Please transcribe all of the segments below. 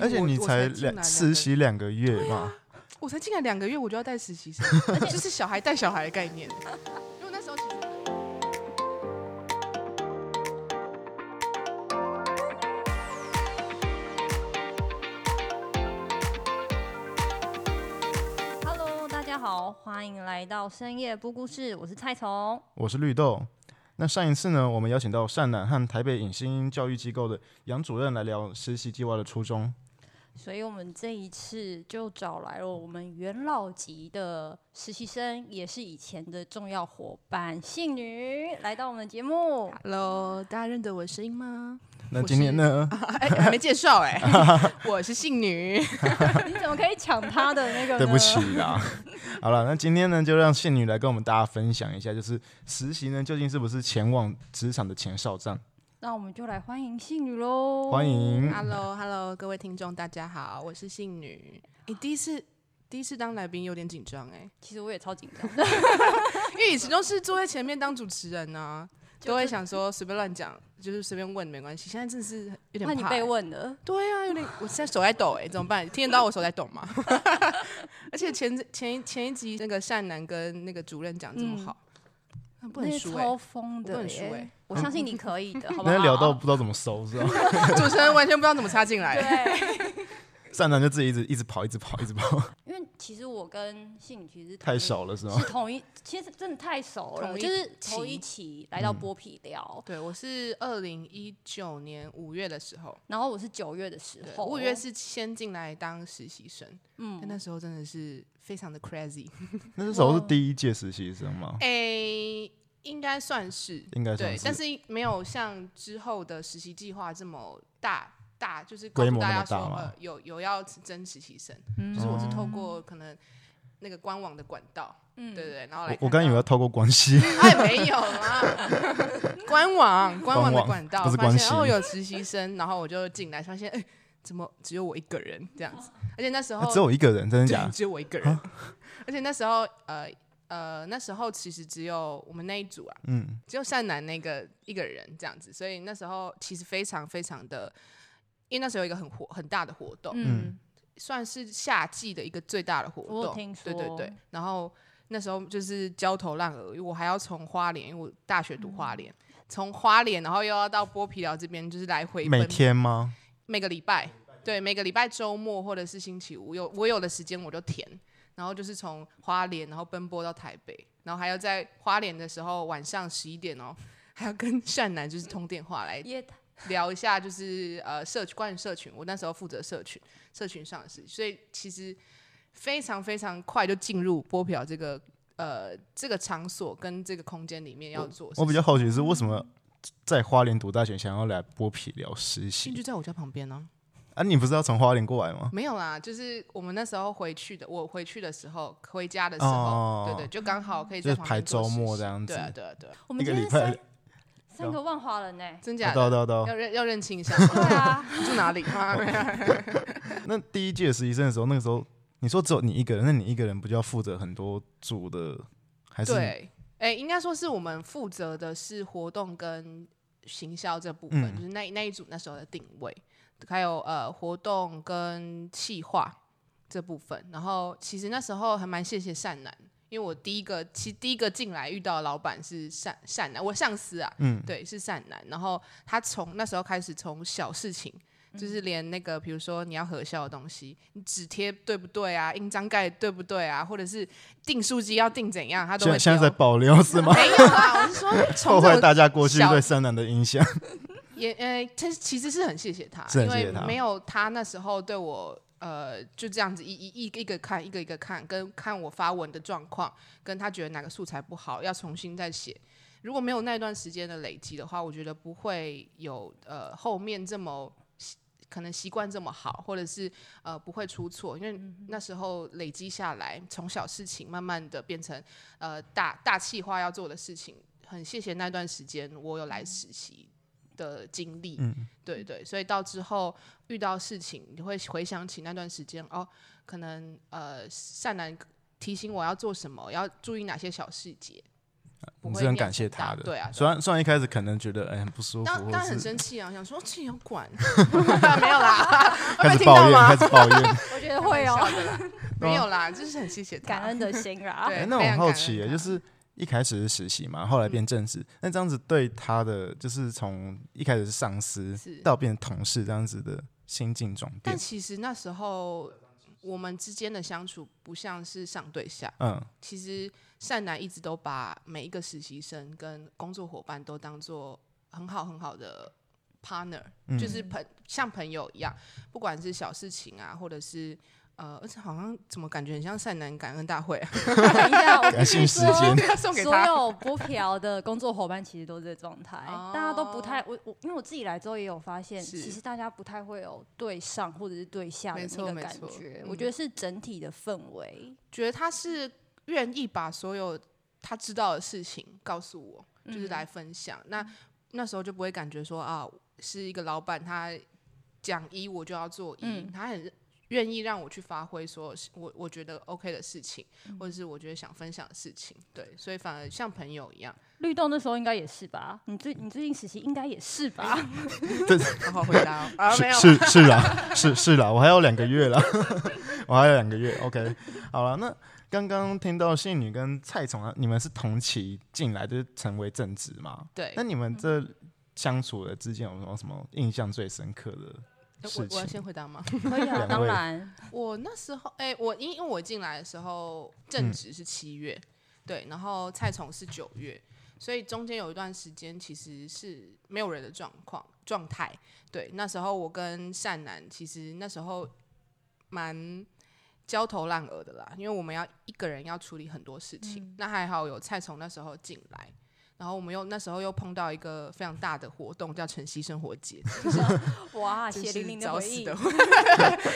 而且我你我才进来两个实习两个月嘛，我才进来两个月，我就要带实习 生，而且就是小孩带小孩的概念。因为那时候其实，Hello，大家好，欢迎来到深夜播故事，我是蔡从。我是绿豆。那上一次呢，我们邀请到善南和台北影星教育机构的杨主任来聊实习计划的初衷。所以我们这一次就找来了我们元老级的实习生，也是以前的重要伙伴，信女来到我们的节目。 ，Hello，大家认得我的声音吗？那今天呢， 哎、还没介绍 哎、我是信女， 你怎么可以抢她的那个呢？对 不起啦。好了，那今天呢，就让信女来跟我们大家分享一下，就是实习呢究竟是不是前往职场的前哨站？那我们就来欢迎信女喽。欢迎 Hello Hello，各位听众大家好，我是信女。你、哎第一次第一次当来宾有点紧张哎，其实我也超紧张 的，因为以前都是坐在前面当主持人呢、就都会是想说随便乱讲，就是随便问没关系。现在真的是有点怕、怕欸你被问了。对啊，有点，我现在手在抖哎、怎么办？听得到我手在抖吗？ 而且前前一前一集那个善男跟那个主任讲这么好，那不那能是输哎、超疯我不的能输耶！欸我相信你可以的，好不好？嗯那聊到不知道怎么收是吧？ 主持人完全不知道怎么插进来。对，善南就自己一直一直跑，一直跑，一直跑， 因为其实我跟信女其实是同太一少了是吗？是同一，其实真的太熟了，同一就是期同一期来嗯到剥皮聊，对，我是二零一九年五月的时候，然后我是九月的时对，候，五月是先进来当实习生，但嗯，那时候真的是非常的 crazy，那时候哦是第一届实习生吗？诶、应该算是应该算对是，但是没有像之后的实习计划这么大大，就是规模告诉大家那么说大吗呃有有要争实习生，嗯就是我是哦透过可能那个官网的管道，嗯对对对，然后来我看我刚以为要到。透过关系，哎，没有啦， 官网官网官的网管道，不是发关现系哦有实习生，然后我就进来，发现哎、怎么只有我一个人这样子？而且那时候、啊只有啊我一个人，真的假对的？只有我一个人，而且那时候呃呃那时候其实只有我们那一组啊，嗯，只有善男那个一个人这样子，所以那时候其实非常非常的，因为那时候有一个很活很大的活动，嗯，算是夏季的一个最大的活我有动，听说，对对对，，然后那时候就是焦头烂额，因为我还要从花莲，因为我大学读嗯花莲，从花莲然后又要到剥皮寮这边，就是来回每奔天吗？每个礼拜，对，每个礼拜周末或者是星期五有我有的时间我就填，然后就是从花莲然后奔波到台北，然后还要在花莲的时候晚上十一点哦，还要跟善男就是通电话嗯来也聊一下，就是呃社群关于社群，我那时候负责社群社群上的事，所以其实非常非常快就进入波表这个呃这个场所跟这个空间里面要做我比事较情好奇是为什么在花莲读大学想要来剥皮聊实兴趣习在我家旁边呢、啊？你不是要从花莲过来吗？没有啦，就是我们那时候回去的，我回去的时候，回家的时候，哦对对，就刚好可以就在是旁边排周做实末习这样对啊子对啊对啊，我们今一个天礼拜三三个万华人呢，真啊假对啊的？对啊对啊要认要认清一 下，对啊，你住哪里？ 啊没有那第一届实习生的时候，那个时候你说只有你一个人，那你一个人不就要负责很多组的，还是对，哎，应该说是我们负责的是活动跟行销这部分，嗯就是那那一组那时候的定位，还有呃活动跟企划这部分。然后其实那时候还蛮谢谢善男，因为我第一个其实第一个进来遇到的老板是善善男，我上司啊，嗯，对，是善男。然后他从那时候开始，从小事情，就是连那个，比如说你要核销的东西，你纸贴对不对啊，印章盖对不对啊，或者是订书机要订怎样，他都现会在现在在丢爆料 是吗？没有啊，我是 说破从坏这种大家过去小对三男的印象，也呃，其实其实是很谢谢他，是很因谢谢为他没有他那时候对我。呃，就这样子一一一个一个看，一个一个看，跟看我发文的状况，跟他觉得哪个素材不好，要重新再写。如果没有那段时间的累积的话，我觉得不会有呃后面这么习可能习惯这么好，或者是呃不会出错，因为那时候累积下来，从小事情慢慢的变成呃大大气化要做的事情。很谢谢那段时间我有来实习的经历，嗯对对，所以到之后遇到事情，你会回想起那段时间哦，可能呃善男提醒我要做什么，要注意哪些小细节，不啊你会是很变感谢很大他的。对啊对啊虽然虽然一开始可能觉得哎很不舒服，当或当者然很是生气啊，我想说这有 管，没有啦，会开被始听到抱怨，吗开？始抱怨。 我觉得 会开玩哦，笑的 啦，没有啦，就是很谢谢他感恩的心 啦。对哎，那我非很常好感奇恩嗯耶，他就是一开始是实习嘛，后来变正职，那这样子对他的就是从一开始是上司是到变同事这样子的心境转但变，其实那时候我们之间的相处不像是上对下，嗯，其实善男一直都把每一个实习生跟工作伙伴都当做很好很好的 partner，、嗯就是朋像朋友一样，不管是小事情啊，或者是。呃，而且好像怎么感觉很像善男感恩大会、啊， 等一下，我必感性须时说，间送给所他。有不嫖的工作伙伴其实都是这状态，哦大家都不太我我，因为我自己来之后也有发现，是其实大家不太会有对上或者是对下的没那错个没感错觉，嗯我觉得是整体的氛围。觉得他是愿意把所有他知道的事情告诉我，就是嗯来分享。那那时候就不会感觉说啊，是一个老板他讲一我就要做一，嗯他很愿意让我去发挥所有事我我觉得 OK 的事情，或者嗯是我觉得想分享的事情。对，所以反而像朋友 一样，绿豆那时候应该也是吧？你最你最近实习应该也是吧？好好回答、哦、啊，没有是是是啦， 是是啦，我还有两个月啦， 我还有两个月。OK，好了，那刚刚听到信女跟蔡崇啊，你们是同期进来，就是成为正职嘛？对嗯那。你们这相处的之间有没有什么印象最深刻的呃我事我要情？先回答吗？ 可以啊，两当位然，我那时候，哎、我因因为我进来的时候正值是七月，对，然后蔡崇是九月，所以中间有一段时间其实是没有人的状况状态。对，那时候我跟善男其实那时候蛮焦头烂额的啦，因为我们要一个人要处理很多事情。那还好有蔡崇那时候进来。然后我们又那时候又碰到一个非常大的活动，叫晨曦生活节，就哇，啊血是淋淋的找回死忆的，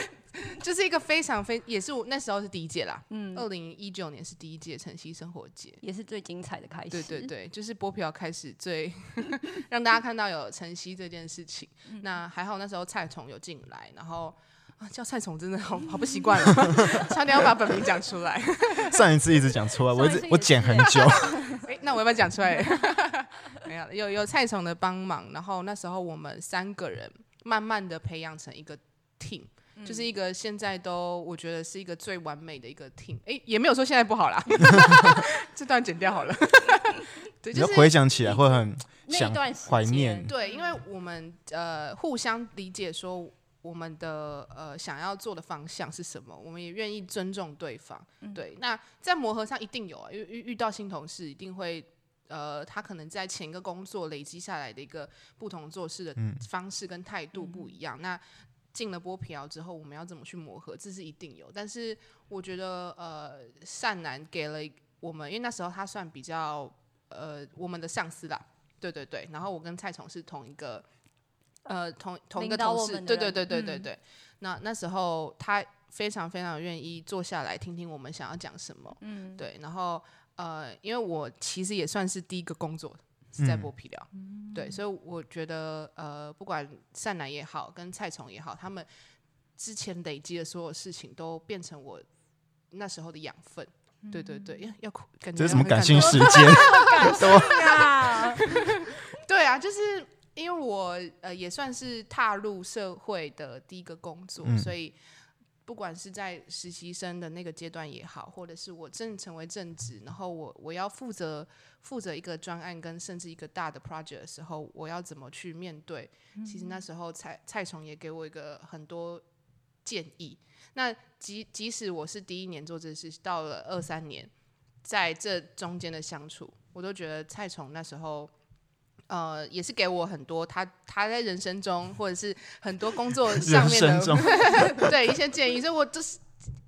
就是一个非常非，也是我那时候是第一届啦，嗯，二零一九年是第一届晨曦生活节，也是最精彩的开始。对对对，就是播票开始最 让大家看到有晨曦这件事情。嗯那还好那时候蔡崇有进来，然后。啊，叫蔡崇真的好好不习惯了， 差点要把本名讲出来。上一次一直讲出来，我一上一直次我也是剪很久。诶，那我要不要讲出来？没有，有有蔡崇的帮忙，然后那时候我们三个人慢慢的培养成一个 team，、就是一个现在都我觉得是一个最完美的一个 team。诶，也没有说现在不好啦， 这段剪掉好了。 对，你就要是回想起来会很那一想段时怀间念，对，因为我们呃互相理解说我们的呃想要做的方向是什么，我们也愿意尊重对方。对，那在磨合上一定有啊，因为遇遇到新同事一定会。呃，他可能在前一个工作累积下来的一个不同做事的方式跟态度不一样，那进了剥皮寮之后，我们要怎么去磨合，这是一定有。但是我觉得，呃，善男给了我们，因为那时候他算比较呃我们的上司啦，对对对，然后我跟蔡崇是同一个，呃，同同一个领导同我事，们对的对人对对对嗯对。那那时候他非常非常愿意坐下来听听我们想要讲什么，嗯，对。然后呃，因为我其实也算是第一个工作是在剥嗯皮寮，对，所以我觉得呃，不管善男也好，跟蔡崇也好，他们之前累积的所有事情都变成我那时候的养分。对对对，要要哭，感觉嗯这是什么很感感性动 时间？感性 啊，对啊，就是因为我呃也算是踏入社会的第一个工作，嗯所以不管是在实习生的那个阶段也好，或者是我正成为正职，然后我我要负责负责一个专案跟甚至一个大的 project 的时候，我要怎么去面对？其实那嗯时候蔡蔡崇也给我一个很多建议。那即即使我是第一年做这事，到了二三年，在这中间的相处，我都觉得蔡崇那时候，呃，也是给我很多他他在人生中或者是很多工作上人面生中的 对一些建议，所以我就是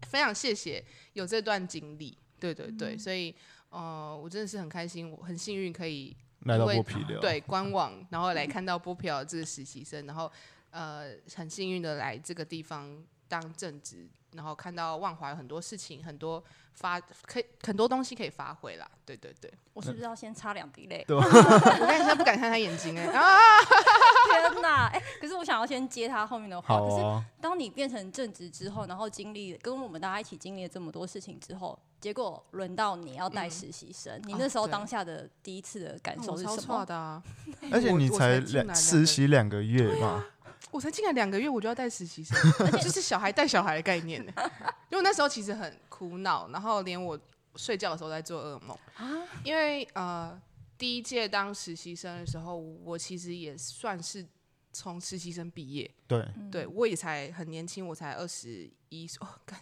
非常谢谢有这段经历，对对嗯对，所以呃，我真的是很开心，我很幸运可以来到因为 剥皮寮，哦对官网，然后来看到剥皮寮这个实习生，然后呃很幸运的来这个地方当正职，然后看到万华有很多事情，很多发可以很多东西可以发挥啦。对对对，我是不是要先擦两滴泪？我刚才不敢看 他眼睛哎、啊， 天哪！哎、可是我想要先接他后面的话。好可是哦，当你变成正职之后，然后经历跟我们大家一起经历了这么多事情之后，结果轮到你要带嗯实习生，你哦那时候对当下的第一次的感受我是超什差么？的啊，而且我你我才才进来两两实个啊习两个月嘛，我才进来两个月，我就要带实习生，就是小孩带小孩的概念呢。 因为那时候其实很苦恼，然后连我睡觉的时候在做噩梦啊，因为呃，第一届当实习生的时候，我其实也算是从实习生毕业，对，对我也才很年轻，我才二十一，哦，干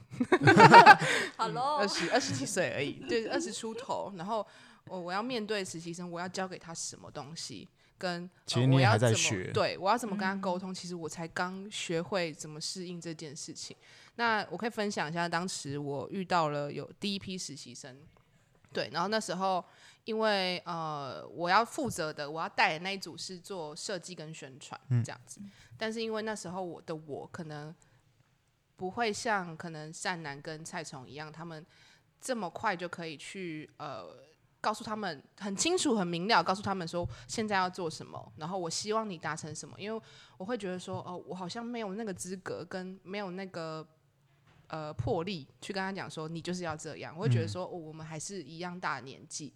Hello，二十二十几岁而已，对，二十出头。然后我我要面对实习生，我要教给他什么东西，跟、呃其实你我也要还在怎么学对我要怎么跟他沟通？其实我才刚学会怎么适应这件事情。那我可以分享一下，当时我遇到了有第一批实习生，对，然后那时候因为呃，我要负责的，我要带的那一组是做设计跟宣传嗯这样子，但是因为那时候我的我可能不会像可能善男跟蔡崇一样，他们这么快就可以去呃。告诉他们很清楚、很明了，告诉他们说哦现在要做什么，然后我希望你达成什么，因为我会觉得说，哦，我好像没有那个资格跟没有那个呃魄力去跟他讲说你就是要这样，我会觉得说、哦、我们还是一样大的年纪，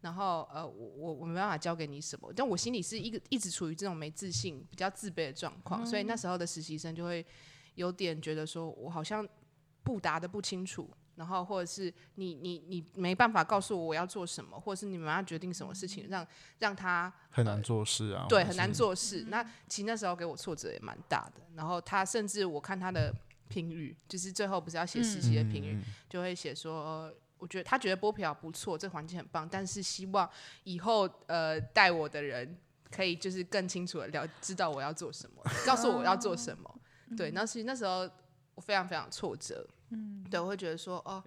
然后呃我我我没办法教给你什么，但我心里是一个一直处于这种没自信、比较自卑的状况，所以那时候的实习生就会有点觉得说我好像不答的不清楚。然后，或者是你你你没办法告诉我我要做什么，或者是你们要决定什么事情，让让他很难做事啊，对，或很是难，做事。那其实那时候给我挫折也蛮大的。然后他甚至我看他的评语，就是最后不是要写实习的评语，嗯，就会写说，呃我觉得他觉得波皮寮不错，这环境很棒，但是希望以后呃带我的人可以就是更清楚的了知道我要做什么，告诉我要做什么。对，那其实那时候我非常非常挫折，嗯，对，我会觉得说哦。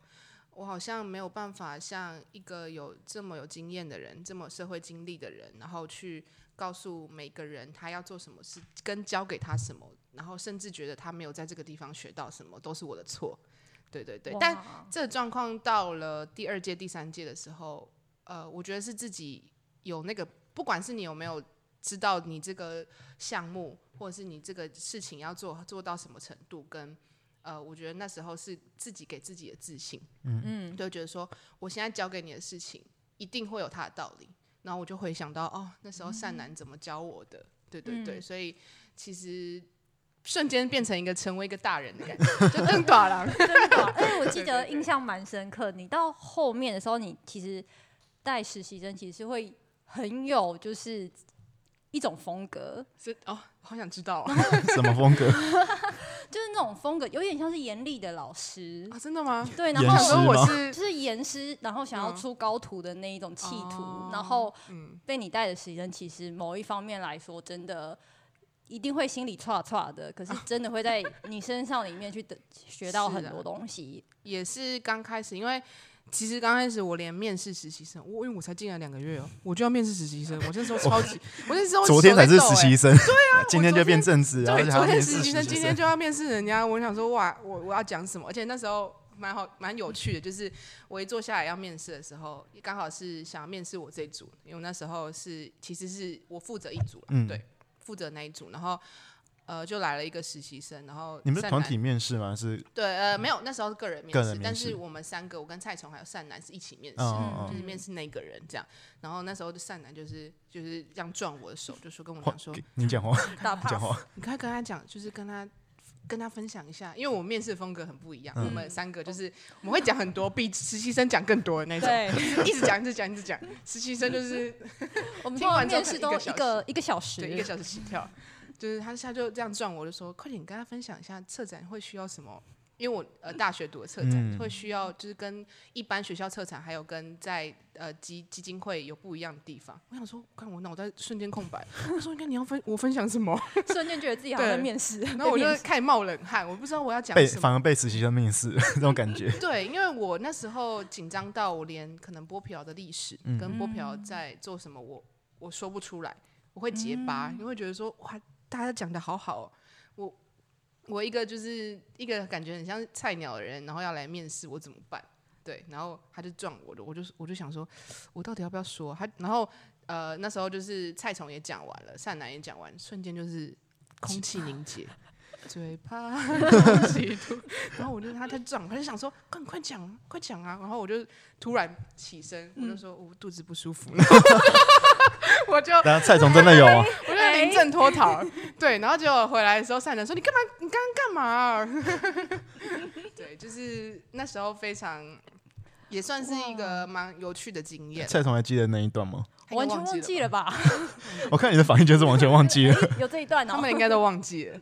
我好像没有办法像一个有这么有经验的人，这么有社会经历的人，然后去告诉每个人他要做什么事，跟教给他什么，然后甚至觉得他没有在这个地方学到什么，都是我的错。对对对，但哇这状况到了第二届、第三届的时候，呃，我觉得是自己有那个，不管是你有没有知道你这个项目，或者是你这个事情要做做到什么程度，跟呃，我觉得那时候是自己给自己的自信，嗯嗯，就觉得说我现在交给你的事情一定会有它的道理，然后我就回想到哦，那时候善男怎么教我的，对对对，所以其实。瞬间变成一个成为一个大人的感觉，就更大了。 真的啊，而且我记对对得对印象蛮深刻。你到后面的时候，你其实带实习生其实会很有就是一种风格，是哦，好想知道啊！嗯什么风格？就是那种风格有点像是严厉的老 师， 啊真的 吗？对，然严我师想后说吗我是就是严师，然后想要嗯出高徒的那一种企图，哦然后嗯，被你带的实习生，其实某一方面来说，真的。一定会心里歘歘的，可是真的会在你身上里面去得学到是很啊多东西。也是刚开始，因为其实刚开始我连面试实习生，我因为我才进来两个月哦，我就要面试实习生，我那时候超级，我那时候昨天才是手实在抖欸。习生，对啊 今天我就昨变天正职，然后对，还要昨天面实试习实生，习今天就要面试人家。我想说，哇，我我要讲什么？而且那时候蛮好，蛮有趣的，就是我一坐下来要面试的时候，刚好是想要面试我这组，因为我那时候是其实是我负责一组了，嗯对，负责那一组，然后呃就来了一个实习生，然后你们是善团男体面试吗？是，对，呃，没有，那时候是个人面嗯个试，人面但试是我们三个，我跟蔡崇还有善男是一起面试，嗯就嗯是面试那个人这样。然后那时候的善男就是就是这样撞我的手，就说跟我嗯讲说，给你 讲话，大讲 pass，话，你快跟他讲，就是跟他跟他分享一下，因为我面试风格很不一样，嗯我们三个就是我们会讲很多，比实习生讲更多的那种。对， 一直讲，一直讲，一直讲。实习生就是我们听通完常之后面试可能一个小都一个一个小时，对一个小时起跳，就是他他就这样撞我，就说快点跟他分享一下策展会需要什么，因为我呃大学读的策展、嗯会需要就是跟一般学校策展还有跟在呃基基金会有不一样的地方。我想说，看我脑袋瞬间空白，我说应该你要分我分享什么， 瞬间觉得自己好像在对面试，然后我被就面试开始冒冷汗，我不知道我要讲被什么。反而被实习生面试 这种感觉，对，因为我那时候紧张到我连可能波皮劳的历史嗯跟波皮劳在做嗯什么我，我说不出来，我会结巴，你会觉得说哇，大家讲的好好、哦，我一个就是一个感觉很像菜鸟的人，然后要来面试，我怎么办？对，然后他就撞我的，我就我就想说，我到底要不要说他？然后呃，那时候就是蔡崇也讲完了，善男也讲完，瞬间就是空气凝结， 嘴巴吸毒。然后我就他在撞，我就想说，快快讲，快讲啊！然后我就突然起身，我就说、我肚子不舒服了， 我就然后蔡总真的有啊，我就临阵脱逃，对，然后结果回来的时候，善人说：“你干嘛？你刚刚干嘛、 对，就是那时候非常，也算是一个蛮有趣的经验。蔡总还记得那一段吗？他我应该完全忘记了吧？ 我看你的反应就是完全忘记了。有这一段吧，他哦们。应该都忘记了。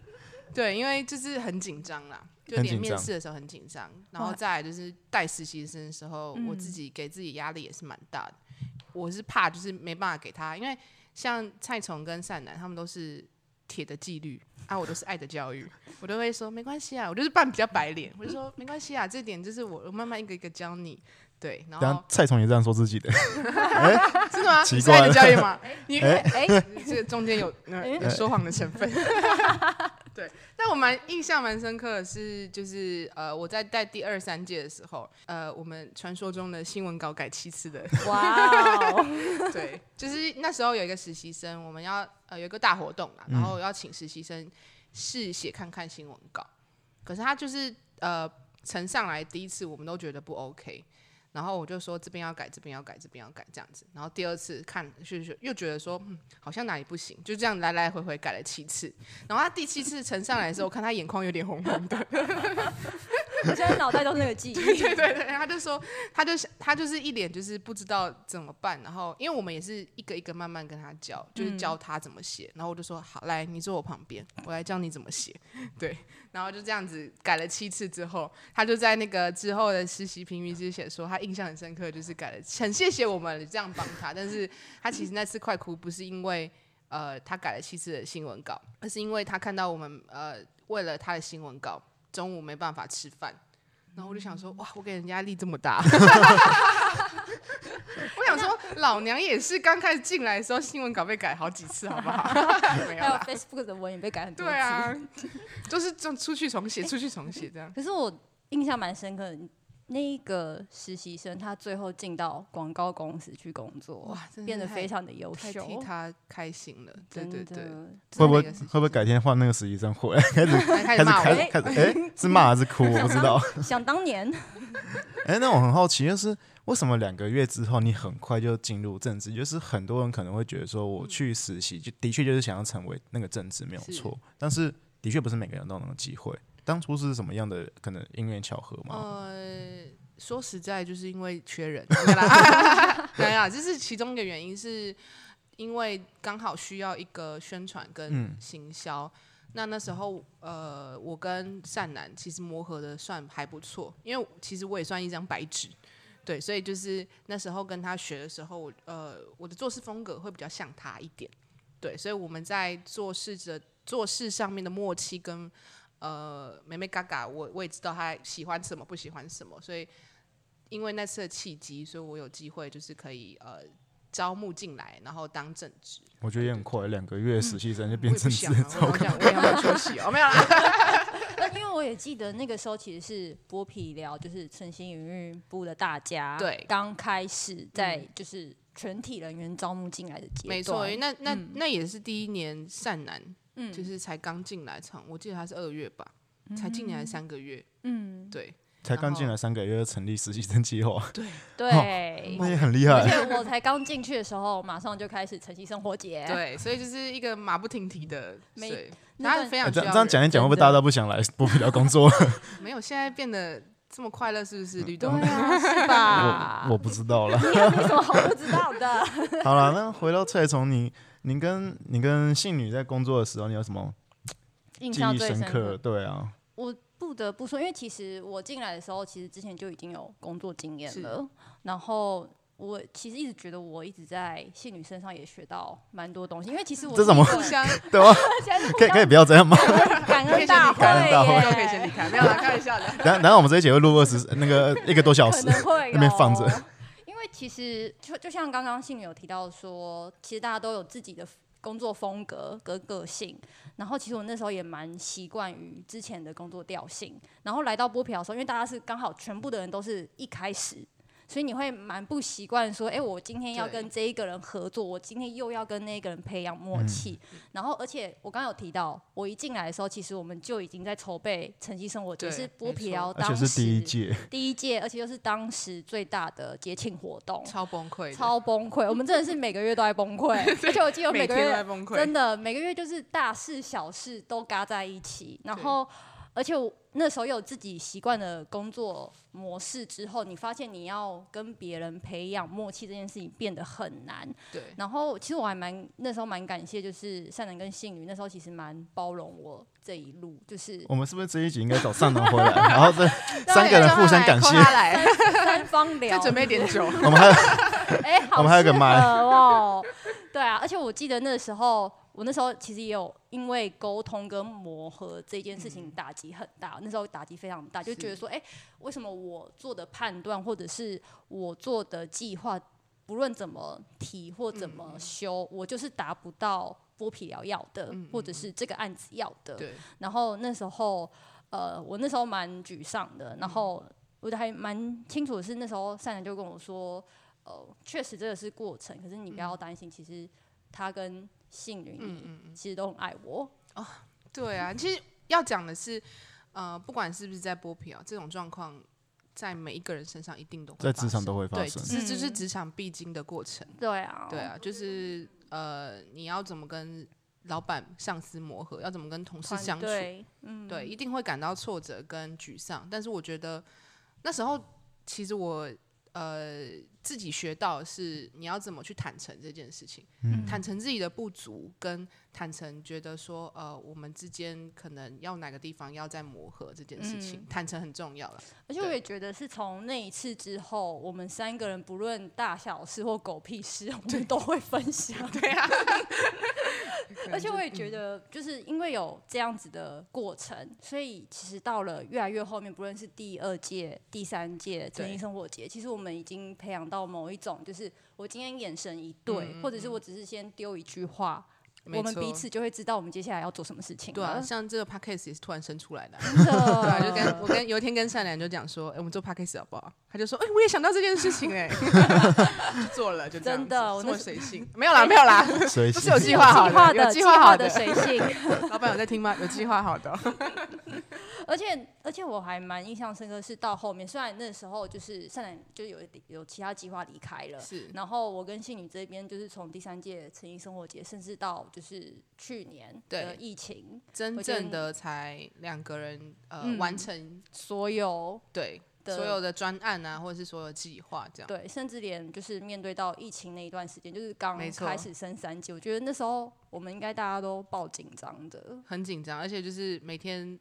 对，因为就是很紧张啦，就很连紧面张试的时候很紧张，然后再来就是带实习生的时候，我自己给自己压力也是蛮大的。我是怕就是没办法给他，因为像蔡崇跟善男他们都是铁的纪律 啊，我都是爱的教育，我都会说没关系啊，我就是扮比较白脸，我就说没关系啊，这点就是我我慢慢一个一个教你。对，然然后后蔡总也这样说自己的，真的吗？奇你是爱怪的教育吗？你 哎哎，这个中间有呃有说谎的成分。 对，但我蛮印象蛮深刻的是，就是呃，我在带第二三届的时候，呃，我们传说中的新闻稿改七次的，哇哦， 对，就是那时候有一个实习生，我们要呃有一个大活动啦，然后要请实习生试写看看新闻稿，可是他就是呃呈上来第一次我们都觉得不 OK，然后我就说这边要改，这边要改，这边要改这样子，然后第二次看就是又觉得说、嗯、好像哪里不行，就这样来来回回改了七次，然后他第七次呈上来的时候，我看他眼眶有点红红的，我现在脑袋都是那个记忆。对啊对对，他就说，他就想他就是一脸就是不知道怎么办，然后因为我们也是一个一个慢慢跟他教，就是教他怎么写，然后我就说好，来你坐我旁边，我来教你怎么写， 对，然后就这样子改了七次之后，他就在那个之后的实习评语之写说，他印象很深刻，就是改了，很谢谢我们这样帮他，但是他其实那次快哭不是因为。呃，他改了七次的新闻稿，那是因为他看到我们呃，为了他的新闻稿，中午没办法吃饭，然后我就想说，哇，我给人家压力这么 大。我想说，老娘也是刚开始进来的时候，新闻稿被改好几次，好不 好？没有还有啦， Facebook 的文也被改很多次。对啊，就是这样出去重 写，出去重写这样。可是我印象蛮深刻的，那一个实习生他最后进到广告公司去工作，哇真的是变得太非常的优太秀，替他开心了，对真对的对，会不会真的一个事情哎会不会改天换那个实习 生回来，开开始始骂开我？始 开始，哎，是骂还是哭？我不知道。想当年，哎，那我很好奇，就是为什么两个月之后你很快就进入政治？就是很多人可能会觉得说，我去实习就的确就是想要成为那个政治没有是错，但是的确不是每个人都有那种机会。当初是什么样的可能因缘巧合吗？呃，说实在，就是因为缺人，没有啦， 没有啦，这是其中一个原因，是因为刚好需要一个宣传跟行销。那那时候，呃，我跟善男其实磨合的算还不错，因为其实我也算一张白纸，对，所以就是那时候跟他学的时候，我呃，我的做事风格会比较像他一点，对，所以我们在做事的做事上面的默契跟呃，妹妹嘎嘎，我我也知道她喜欢什么，不喜欢什么，所以因为那次的契机，所以我有机会就是可以呃招募进来，然后当正职。我觉得也很快，两个月实习生就我也变不政治想啊，我好想我也要休息哦，没有 啦。呃因为我也记得那个时候其实是剥皮寮，就是晨兴营运部的大家，对嗯刚开始在就是全体人员招募进来的阶段，没错，因为那那、嗯那也是第一年善男，就是才刚进来场，我记得他是二月吧，才进来三个月，嗯，对才刚进来三个月就成立实习生计划，对对。那也很厉害啊而。且我才刚进去的时候，马上就开始晨曦生活节，对，所以就是一个马不停蹄的，哎没对，那他段非哎常需这要样这样人讲一讲，会不会真的大家都不想来不比较工作了？没有，现在变得这么快乐，是不嗯是绿对豆？啊，是吧？我我不知道了。你有什么好不知道的？好了，那回到蔡从你，你跟你跟信女在工作的时候，你有什么印记象忆最深深刻？对啊， 我不得不说，因为其实我进来的时候，其实之前就已经有工作经验是了。然后我其实一直觉得我一直在戏女身上也学到蛮多东西，因为其实我这是怎么一个互相对啊，现在是 可以可以互不要这样吗？相感可以恩先大离开感恩大会会耶，都可以先离开，没有啦，开玩笑的。然后然后我们这一节会录二十那个一个多小可时，能会、哦、 那边放着。因为其实就就像刚刚信女有提到说，其实大家都有自己的工作风格跟个性。然后其实我那时候也蛮习惯于之前的工作调性。然后来到剥皮的时候，因为大家是刚好全部的人都是一开始。所以你会蛮不习惯，说，哎、我今天要对跟这一个人合作，我今天又要跟那个人培养默契。嗯然后，而且我刚刚有提到，我一进来的时候，其实我们就已经在筹备晨曦生活节，对是没剥皮错寮而且当是时第一届，第一届，而且又是当时最大的节庆活动，超崩溃的，超 崩溃。我们真的是每个月都在崩溃，而且我记得我每每个天都在月崩真溃，的每个月就是大事小事都嘎在一起，然后。而且我那时候有自己习惯的工作模式之后，你发现你要跟别人培养默契这件事情变得很难。对，然后其实我还蛮那时候蛮感谢，就是善男跟信女那时候其实蛮包容我这一路， 就是我们是不是这一集应该找上南回来， 然后再三个人互相感谢叫？他 来，扣他来三方聊再准备一点酒，我们还有哎、好我们还有个适合麦哦。 对啊，而且我记得那时候，我那时候其实也有因为沟通跟磨合这件事嗯情打击很大，那时候打击非常大，就是觉得说，哎、为什么我做的判断或者是我做的计划，不论怎么提或嗯怎么修，我就是达不到剥皮疗要的，嗯嗯或者是这个案子要的。 对，然后那时候，呃，我那时候蛮沮丧的，然后嗯我还蛮清楚的是，那时候善良就跟我说，呃，确实这个是过程，可是你不要担心，其实他跟信女嗯嗯嗯，其实都很爱我，对啊，其实要讲的是，呃，不管是不是在剥皮啊，这种状况在每一个人身上一定都会在发职场生都会发对，生。这这是嗯职场必经的过程。对啊，对，啊，就是呃，你要怎么跟老板、上司磨合，要怎么跟同事团相处，队，嗯，对，一定会感到挫折跟沮丧。但是我觉得那时候其实我呃自己学到的是你要怎么去坦诚这件事情，嗯坦诚自己的不足，跟坦诚觉得说呃我们之间可能要哪个地方要再磨合这件事情，嗯坦诚很重要了。而且我也觉得是从那一次之后，我们三个人不论大小事或狗屁事，我们都会分享。对啊， 嗯而且我也觉得，就是因为有这样子的过程，所以其实到了越来越后面，不论是第二届、第三届诚对意生活节，其实我们已经培养到某一种，就是我今天眼神一对，嗯嗯或者是我只是先丢一句话，没我们彼错此就会知道我们接下来要做什么事情对啊，了。像这个 podcast 也是突然生出来 的啊、真的，对啊，就跟我跟有一天跟善良就讲说，哎、我们做 podcast 好不好？他就说，哎、我也想到这件事情、哎， 就做了，就这样子真的我这么那时随 性，没有啦，没有啦，随不性是有计有划好计划的，啊有的计计划好划的的，随性。老板有在听吗？有计划好的，而且而且我还蛮印象深刻，是到后面，虽然那时候就是善男就有有其他计划离开了， 是然后我跟信女这边就是从第三届诚意生活节，甚至到就是去年对的疫情，真我觉得正的才两个人呃、嗯完成所有对的所有的专案啊，或者是所有计划这样。对，甚至连就是面对到疫情那一段时间，就是刚没错开始升三级，我觉得那时候我们应该大家都爆紧张的。很紧张，而且就是每天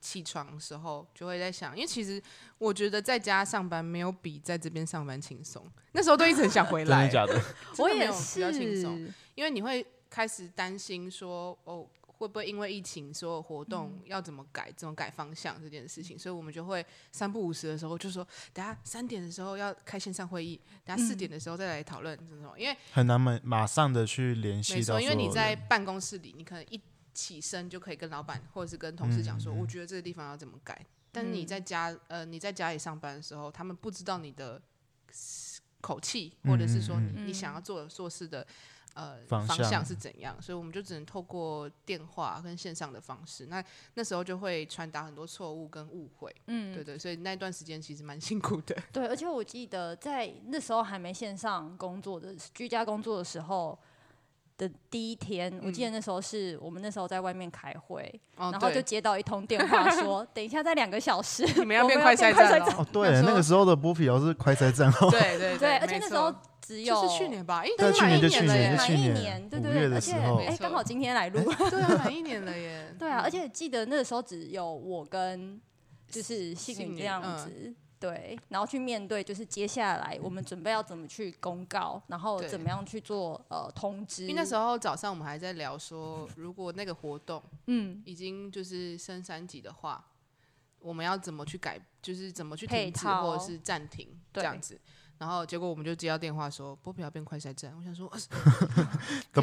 起床的时候就会在想，因为其实我觉得在家上班没有比在这边上班轻松。那时候都一直很想回真的来，假的？真我的没也有比较轻松，是，因为你会开始担心说，哦，会不会因为疫情，所有活动要怎么改，怎么改方向这件事情，所以我们就会三不五时的时候就说，等下三点的时候要开线上会议，等下四点的时候再来讨论这种，因为很难马马上的去联系没到所有错，人，因为你在办公室里，你可能一起身就可以跟老板或者是跟同事讲嗯说，我觉得这个地方要怎么改。但是你嗯在家，呃，你在家里上班的时候，他们不知道你的口气，或者是说嗯嗯你你想要做做事的呃方向向是怎样，所以我们就只能透过电话跟线上的方式。那那时候就会传达很多错误跟误会，嗯，对对，所以那段时间其实蛮辛苦 的。对，而且我记得在那时候还没线上工作的居家工作的时候的第一天，我记得那时候是我们那时候在外面开会，嗯哦，然后就对接到一通电 话说，等一下在两个小时你们要我变们快要赛变站快了哦赛哦，，对，那那个时候的剥皮瑶是快筛站哦，对对对，而且没那时错候只有就是去年吧，哎，都对，去满年一就去了耶年就满去一年年，对对五月对，的而时且候，哎，没错刚好今天来录，对啊，满一年了耶。 对啊，嗯而且记得那时候只有我跟就是信信女女这样嗯子。对，然后去面对，就是接下来我们准备要怎么去公告，然后对怎么样去做呃通知。因为那时候早上我们还在聊说，如果那个活动嗯，已经就是升三级的话，我们要怎么去改，就是怎么去配停止套或者是暂停这对样子。然后结果我们就接到电话说波比要变快筛站，我想 说、啊、都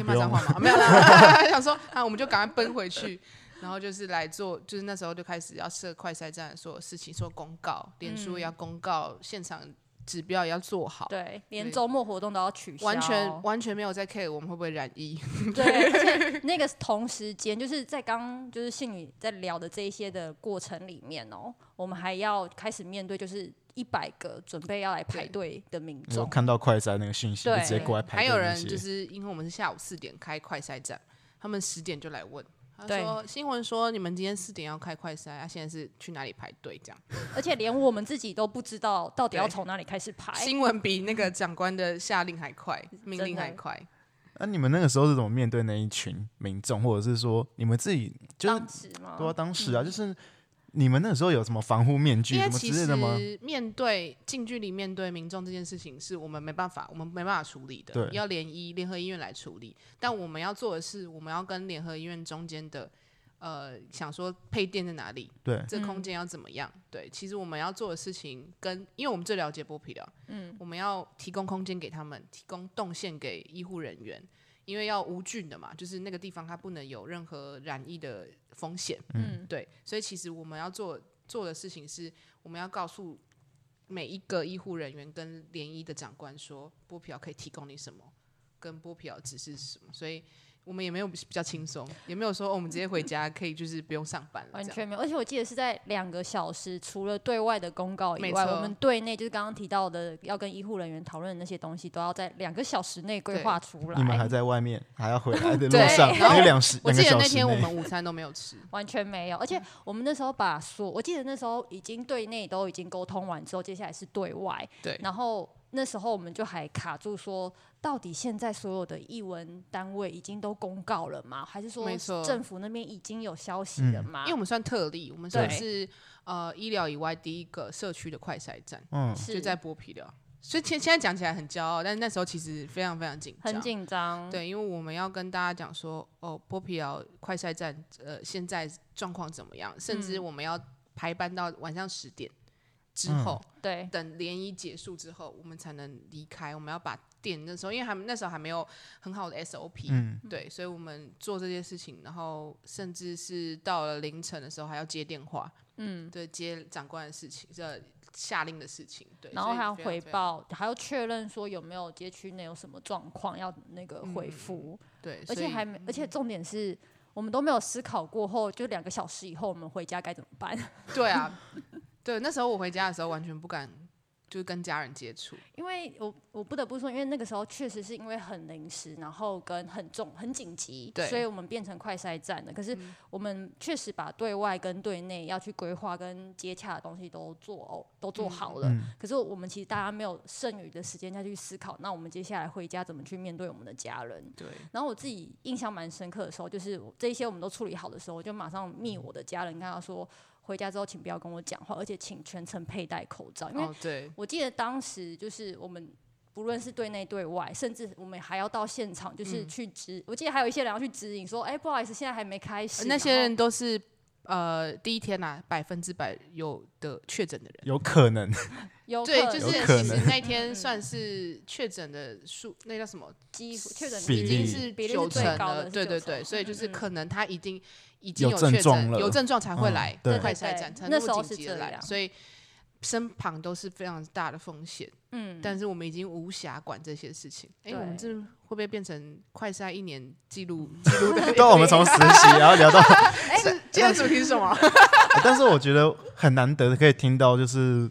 可以不骂脏用话吗？啊没有啦， 想说啊，我们就赶快奔回去，然后就是来做，就是那时候就开始要设快筛站，所有事情做公告，脸书也要公告，现场指标也要做好，嗯对，连对周末活动都要取消，完全完全没有在 care 我们会不会染疫， 对，而且那个同时间，就是在刚就是信女在聊的这一些的过程里面哦，我们还要开始面对就是一百个准备要来排队的民我众，看到快筛那个讯息，就对直接过来排哎还有队那人些就是因为我们是下午四点开快筛站，他们十点就来问。他对说：“新闻说你们今天四点要开快筛，啊，现在是去哪里排队？这样而且连我们自己都不知道到底要对从哪里开始排。新闻比那个长官的下令还快，命令还快。那、你们那个时候是怎么面对那一群民众，或者是说你们自己就是当时吗？对啊，当时啊，就是你们那个时候有什么防护面嗯具因什为么其之类的吗？实面对近距离面对民众这件事情，是我们没办法，我们没办法处理的对，要联医联合医院来处理。但我们要做的是，我们要跟联合医院中间的，呃，想说配电在哪里，对，这空嗯间要怎么样？对，其实我们要做的事情跟，因为我们最了解剥皮了，嗯，我们要提供空间给他们，提供动线给医护人员，因为要无菌的嘛，就是那个地方它不能有任何染疫的风险，嗯，对，所以其实我们要做做的事情是，我们要告诉每一个医护人员跟联医的长官说，剥皮药可以提供你什么，跟剥皮药指示是什么，所以。我们也没有比较轻松，也没有说、哦我们直接回家可以就是不用上班了，完这样。全没有，而且我记得是在两个小时，除了对外的公告以没外，错我们对内就是刚刚提到的要跟医护人员讨论的那些东西，都要在两个小时内规对划出来。你们还在外面，还要回 来的对路上，然后还有两时我两记得个小那时天我内，们午餐都没有吃，完全没有，而且我们那时候把所，我记得那时候已经对内都已经沟通完之后，接下来是对外，对然后那时候我们就还卡住说，到底现在所有的译文单位已经都公告了吗？还是说没错政府那边已经有消息嗯了吗？因为我们算特例，我们对算是呃医疗以外第一个社区的快筛站，嗯，是就在剥皮疗。所以现现在讲起来很骄傲，但是那时候其实非常非常紧很张。紧张，对，因为我们要跟大家讲说，哦，剥皮疗快筛站，呃，现在状况怎么样？甚至我们要排班到晚上十点之嗯后，对等联谊结束之后，我们才能离开。我们要把店那时候，因为还那时候还没有很好的 SOP，、嗯对，所以我们做这些事情，然后甚至是到了凌晨的时候还要接电话，嗯，对，接长官的事情，这下令的事情，对，然后所以还要非常回非常，报，还要确认说有没有街区内有什么状况要那个回复。对，而嗯所且以嗯还没，而且重点是我们都没有思考过后，就两个小时以后我们回家该怎么办？对啊，对，那时候我回家的时候完全不敢，就是跟家人接触，因为我我不得不说，因为那个时候确实是因为很临时，然后跟很重、很紧急，对所以我们变成快筛站的。可是嗯我们确实把对外跟对内要去规划跟接洽的东西都做哦都做好了。嗯可是我们其实大家没有剩余的时间再去思考，那我们接下来回家怎么去面对我们的家人？对，然后我自己印象蛮深刻的时候，就是我这一些我们都处理好的时候，我就马上密我的家人，跟他说，回家之后请不要跟我讲话，而且请全程佩戴口罩，因为哦，对，我记得当时就是我们。不论是对内对外，甚至我们还要到现场，就是嗯去指。我记得还有一些人要去指引说：“哎、不好意思，现在还没开始。”那些然后人都是呃第一天呐、百分之百有的确诊的人。有可能，有对，可就能是有其可实能那天算是确诊的数，那叫什么？几乎确诊比已经例是比例九是最成高了，的，对对是九成对，所以就是嗯可能他已经已经有确症状诊，了有症状才会嗯来对快对筛对站，才那那时候么是紧急的这来，样所以身旁都是非常大的风险。嗯，但是我们已经无暇管这些事情。哎，我们这对会不会变成快筛一年记 录记录的？对啊，我们从实习然后 聊到，今天的主题是什么？但是我觉得很难得可以听到就是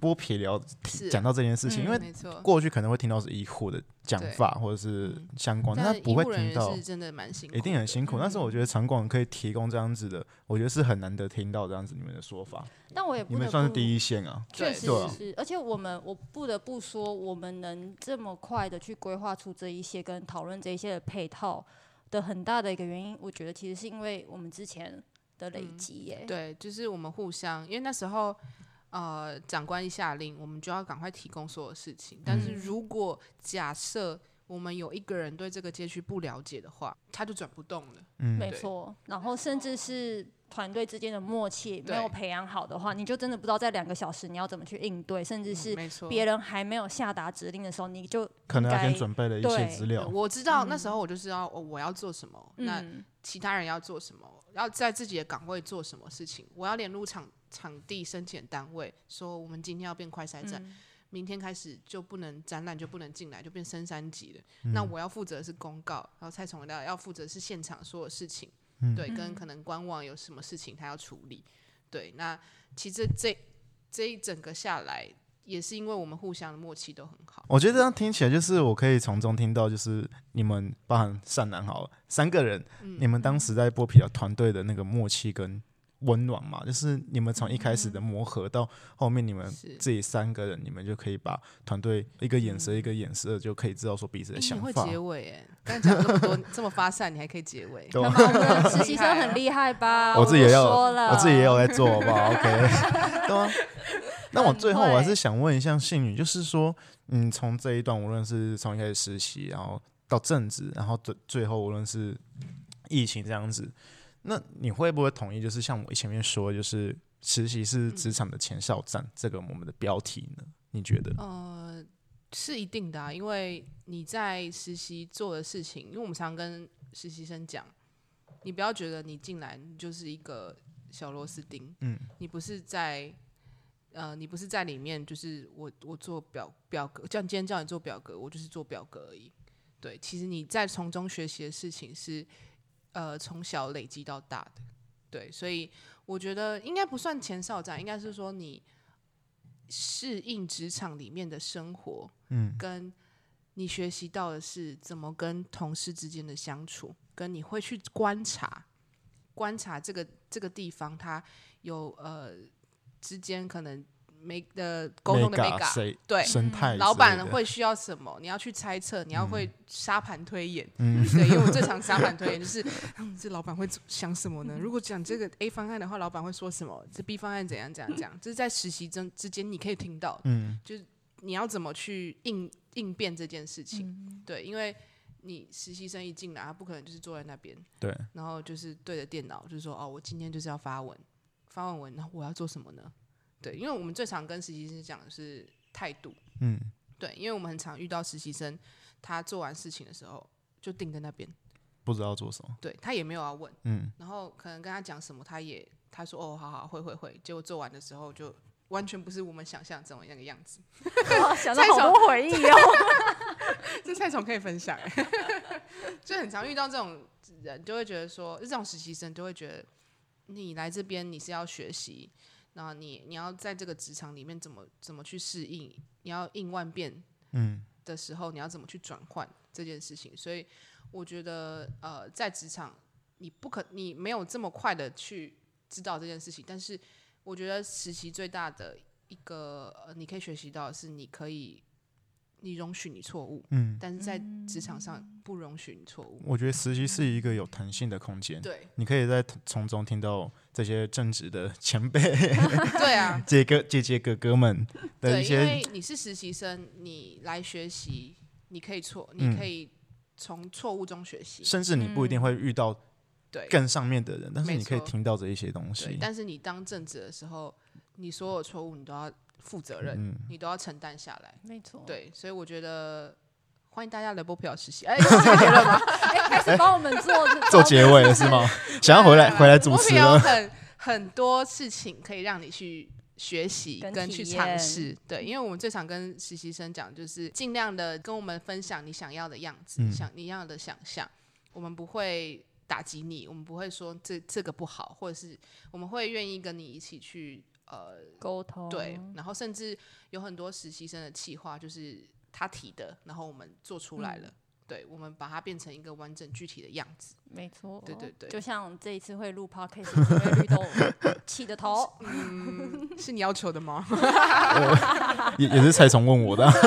剥皮聊是讲到这件事情，嗯因为没错，过去可能会听到是医护的讲对法或者是相关，但但他医不会护人听员到是。真的蛮辛苦，一定很。辛苦，但是我觉得城管可以提供这样子的，我觉得是很难得听到这样子你们的说法，但我也你不们能算是第一线啊。确对实对啊是，而且我们我不得不说，我们能这么快的去规划出这一些跟讨论这一些的配套的很大的一个原因，我觉得其实是因为我们之前的累积耶、嗯对，就是我们互相，因为那时候呃，长官一下令，我们就要赶快提供所有事情。但是嗯如果假设我们有一个人对这个街区不了解的话，他就转不动了。嗯，没错。然后甚至是团队之间的默契没对有培养好的话，你就真的不知道在两个小时你要怎么去应对，甚至是嗯没错。别人还没有下达指令的时候，你就可能要应先该准备了一些对资对料。我知道、那时候我就知道哦我要做什么，那 嗯，其他人要做什么，要在自己的岗位做什么事情。我要联络场场地申请单位，说我们今天要变快筛站，明天开始就不能展览，就不能进来，就变深山级了。嗯那我要负责的是公告，然后蔡崇要要负责是现场所有事情，嗯对，跟可能官网有什么事情他要处理。对，那其实这这一整个下来，也是因为我们互相的默契都很好。我觉得这样听起来，就是我可以从中听到，就是你们包含善男好了三个人，嗯你们当时在剥皮的团队的那个默契跟温暖嘛，就是你们从一开始的嗯磨合到后面，你们是自己三个人，你们就可以把团队一个眼嗯神一个眼色就可以知道说彼此的诶想你会法。结尾哎，刚才讲这么多这么发散，你还可以结尾。对干吧嘛我们的实习生很厉害哦吧？我自己也有，都啊说了我自己也有在做，好不好？OK，对啊。 那我很最后我还会是想问一下信女，就是说，嗯，从这一段，无论是从一开始实习，然后到正职，然后最最后无论是疫情这样子，那你会不会同意？就是像我前面说，就是实习是嗯职场的前哨站，这个我们的标题呢？你觉得？嗯呃，是一定的啊，因为你在实习做的事情，因为我们常跟实习生讲，你不要觉得你进来你就是一个小螺丝钉，嗯，你不是在。呃，你不是在里面，就是我我做表表格，叫你今天叫你做表格，我就是做表格而已。对，其实你在从中学习的事情是，呃，从小累积到大的。对，所以我觉得应该不算前哨站，应该是说你适应职场里面的生活，嗯，跟你学习到的是怎么跟同事之间的相处，跟你会去观察，观察这个这个地方它有呃之间可能没呃沟通的 mega mega，谁对嗯生态之类的，老板会需要什么？你要去猜测，你要会沙盘推演。嗯对，因为我最常沙盘推演 就是，嗯，这老板会想什嗯么呢？如果讲这个 A 方案的话，老板会说什么？这 B 方案怎样怎样怎样？这是在实习中之间你可以听到的，嗯你要怎么去应应变这件事情？对，因为你实习生一进来，他不可能就是坐在那边，对，然后就是对着电脑，就是说哦，我今天就是要发文，发完文，然后我要做什么呢？对，因为我们最常跟实习生讲的是态度。嗯对，因为我们很常遇到实习生，他做完事情的时候就定在那边，不知道做什么，对他也没有要问，嗯然后可能跟他讲什么，他也他说哦，好好会会会，结果做完的时候就完全不是我们想象中的那个样子。 哇 想到好多回忆哦。这菜虫可以分享， 就很常遇到这种人，就会觉得说，这种实习生就会觉得，你来这边你是要学习，然后你你要在这个职场里面怎么怎么去适应，你要应万变嗯，的时候，你要怎么去转换这件事情。所以我觉得，呃，在职场你不可，你没有这么快的去知道这件事情，但是我觉得实习最大的一个，呃，你可以学习到的是，你可以，你容许你错误，嗯，但是在职场上不容许你错误。我觉得实习是一个有弹性的空间，对你可以在从中听到这些正直的前辈、 对啊，姐哥、姐姐、哥哥们 的对，一因为些，你是实习生，你来学习，你可以错，嗯你可以从错误中学习。甚至你不一定会遇到对，更上面的人，但嗯是没你可以错听到这一些东对，西。但是你当正职的时候，你所有错误你都要负责任，嗯，哦你都要承担下来。没错， 对，所以我觉得欢迎大家来波票实习。 哎，是这个结论吗？ 哎，开始帮我们做做结尾了是 吗？想要回来回来主波持票了，很很多事情可以让你去。学习跟跟体去验尝试，对，因为我们最常跟实习生讲，就是尽量的跟我们分享你想要的样子，嗯想你要的想象，我们不会打击你，我们不会说这这个不好，或者是我们会愿意跟你一起去呃沟通，对，然后甚至有很多实习生的企划，就是他提的，然后我们做出嗯来了，对，我们把它变成一个完整具体的样 子。没错，对对对就像这一次会录 podcast，因为绿豆 起的头，是你要求的吗？也也是蔡崇问我的。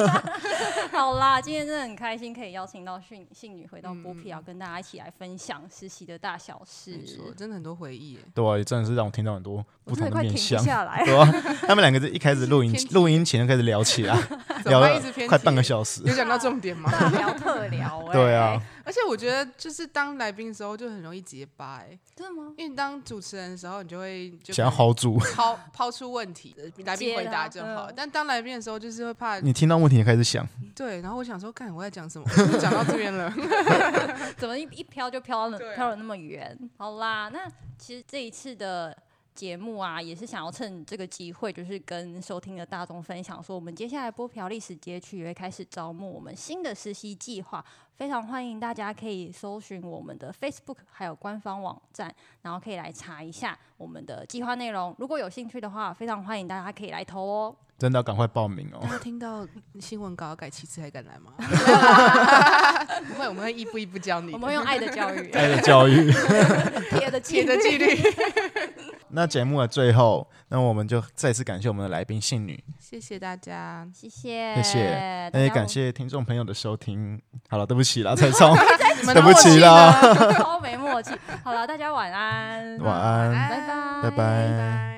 好啦，今天真的很开心，可以邀请到信信女回到剥皮嗯啊，跟大家一起来分享实习的大小没错，事。真的很多回忆 耶。对啊，也真的是让我听到很多我不同真的快面停向啊不，下 来，对吧、他们两个在一开始录音天气录音前就开始聊起来，啊 怎聊么办了一直偏快半个题小时。有讲到重点吗？大聊特聊、哎，对啊，而且我觉得，就是当来宾的时候就很容易结巴、哎，真的吗？因为你当主持人的时候，你就会就想要可能好主，抛抛出问题，呃来宾接回啦答就好。嗯但当来宾的时候，就是会怕你听到问题你开始想，对，然后我想说，干我在讲什么？讲到这边 了，怎么一一飘就飘了对啊飘了那么远？好啦，那其实这一次的节目啊，也是想要趁这个机会，就是跟收听的大众分享说，我们接下来波瓢历史街区也会开始招募我们新的实习计划，非常欢迎大家可以搜寻我们的 Facebook 还有官方网站，然后可以来查一下我们的计划内容。如果有兴趣的话，非常欢迎大家可以来投哦。真的要赶快报名哦 大。家听到新闻稿要改七次还敢来吗？ 不会，我们会一步一步教你的。我们会用爱的 教育，爱的教育。铁的铁铁的纪律。那节目的最后，那我们就再次感谢我们的来宾信女， 谢谢大家，谢谢，谢谢，那也感谢。谢听众朋友的收听。好了，对不起啦，蔡聪，你们对不默契起呢啦，啊 超没默契。好了，大家晚安，晚安，晚安拜拜拜，拜。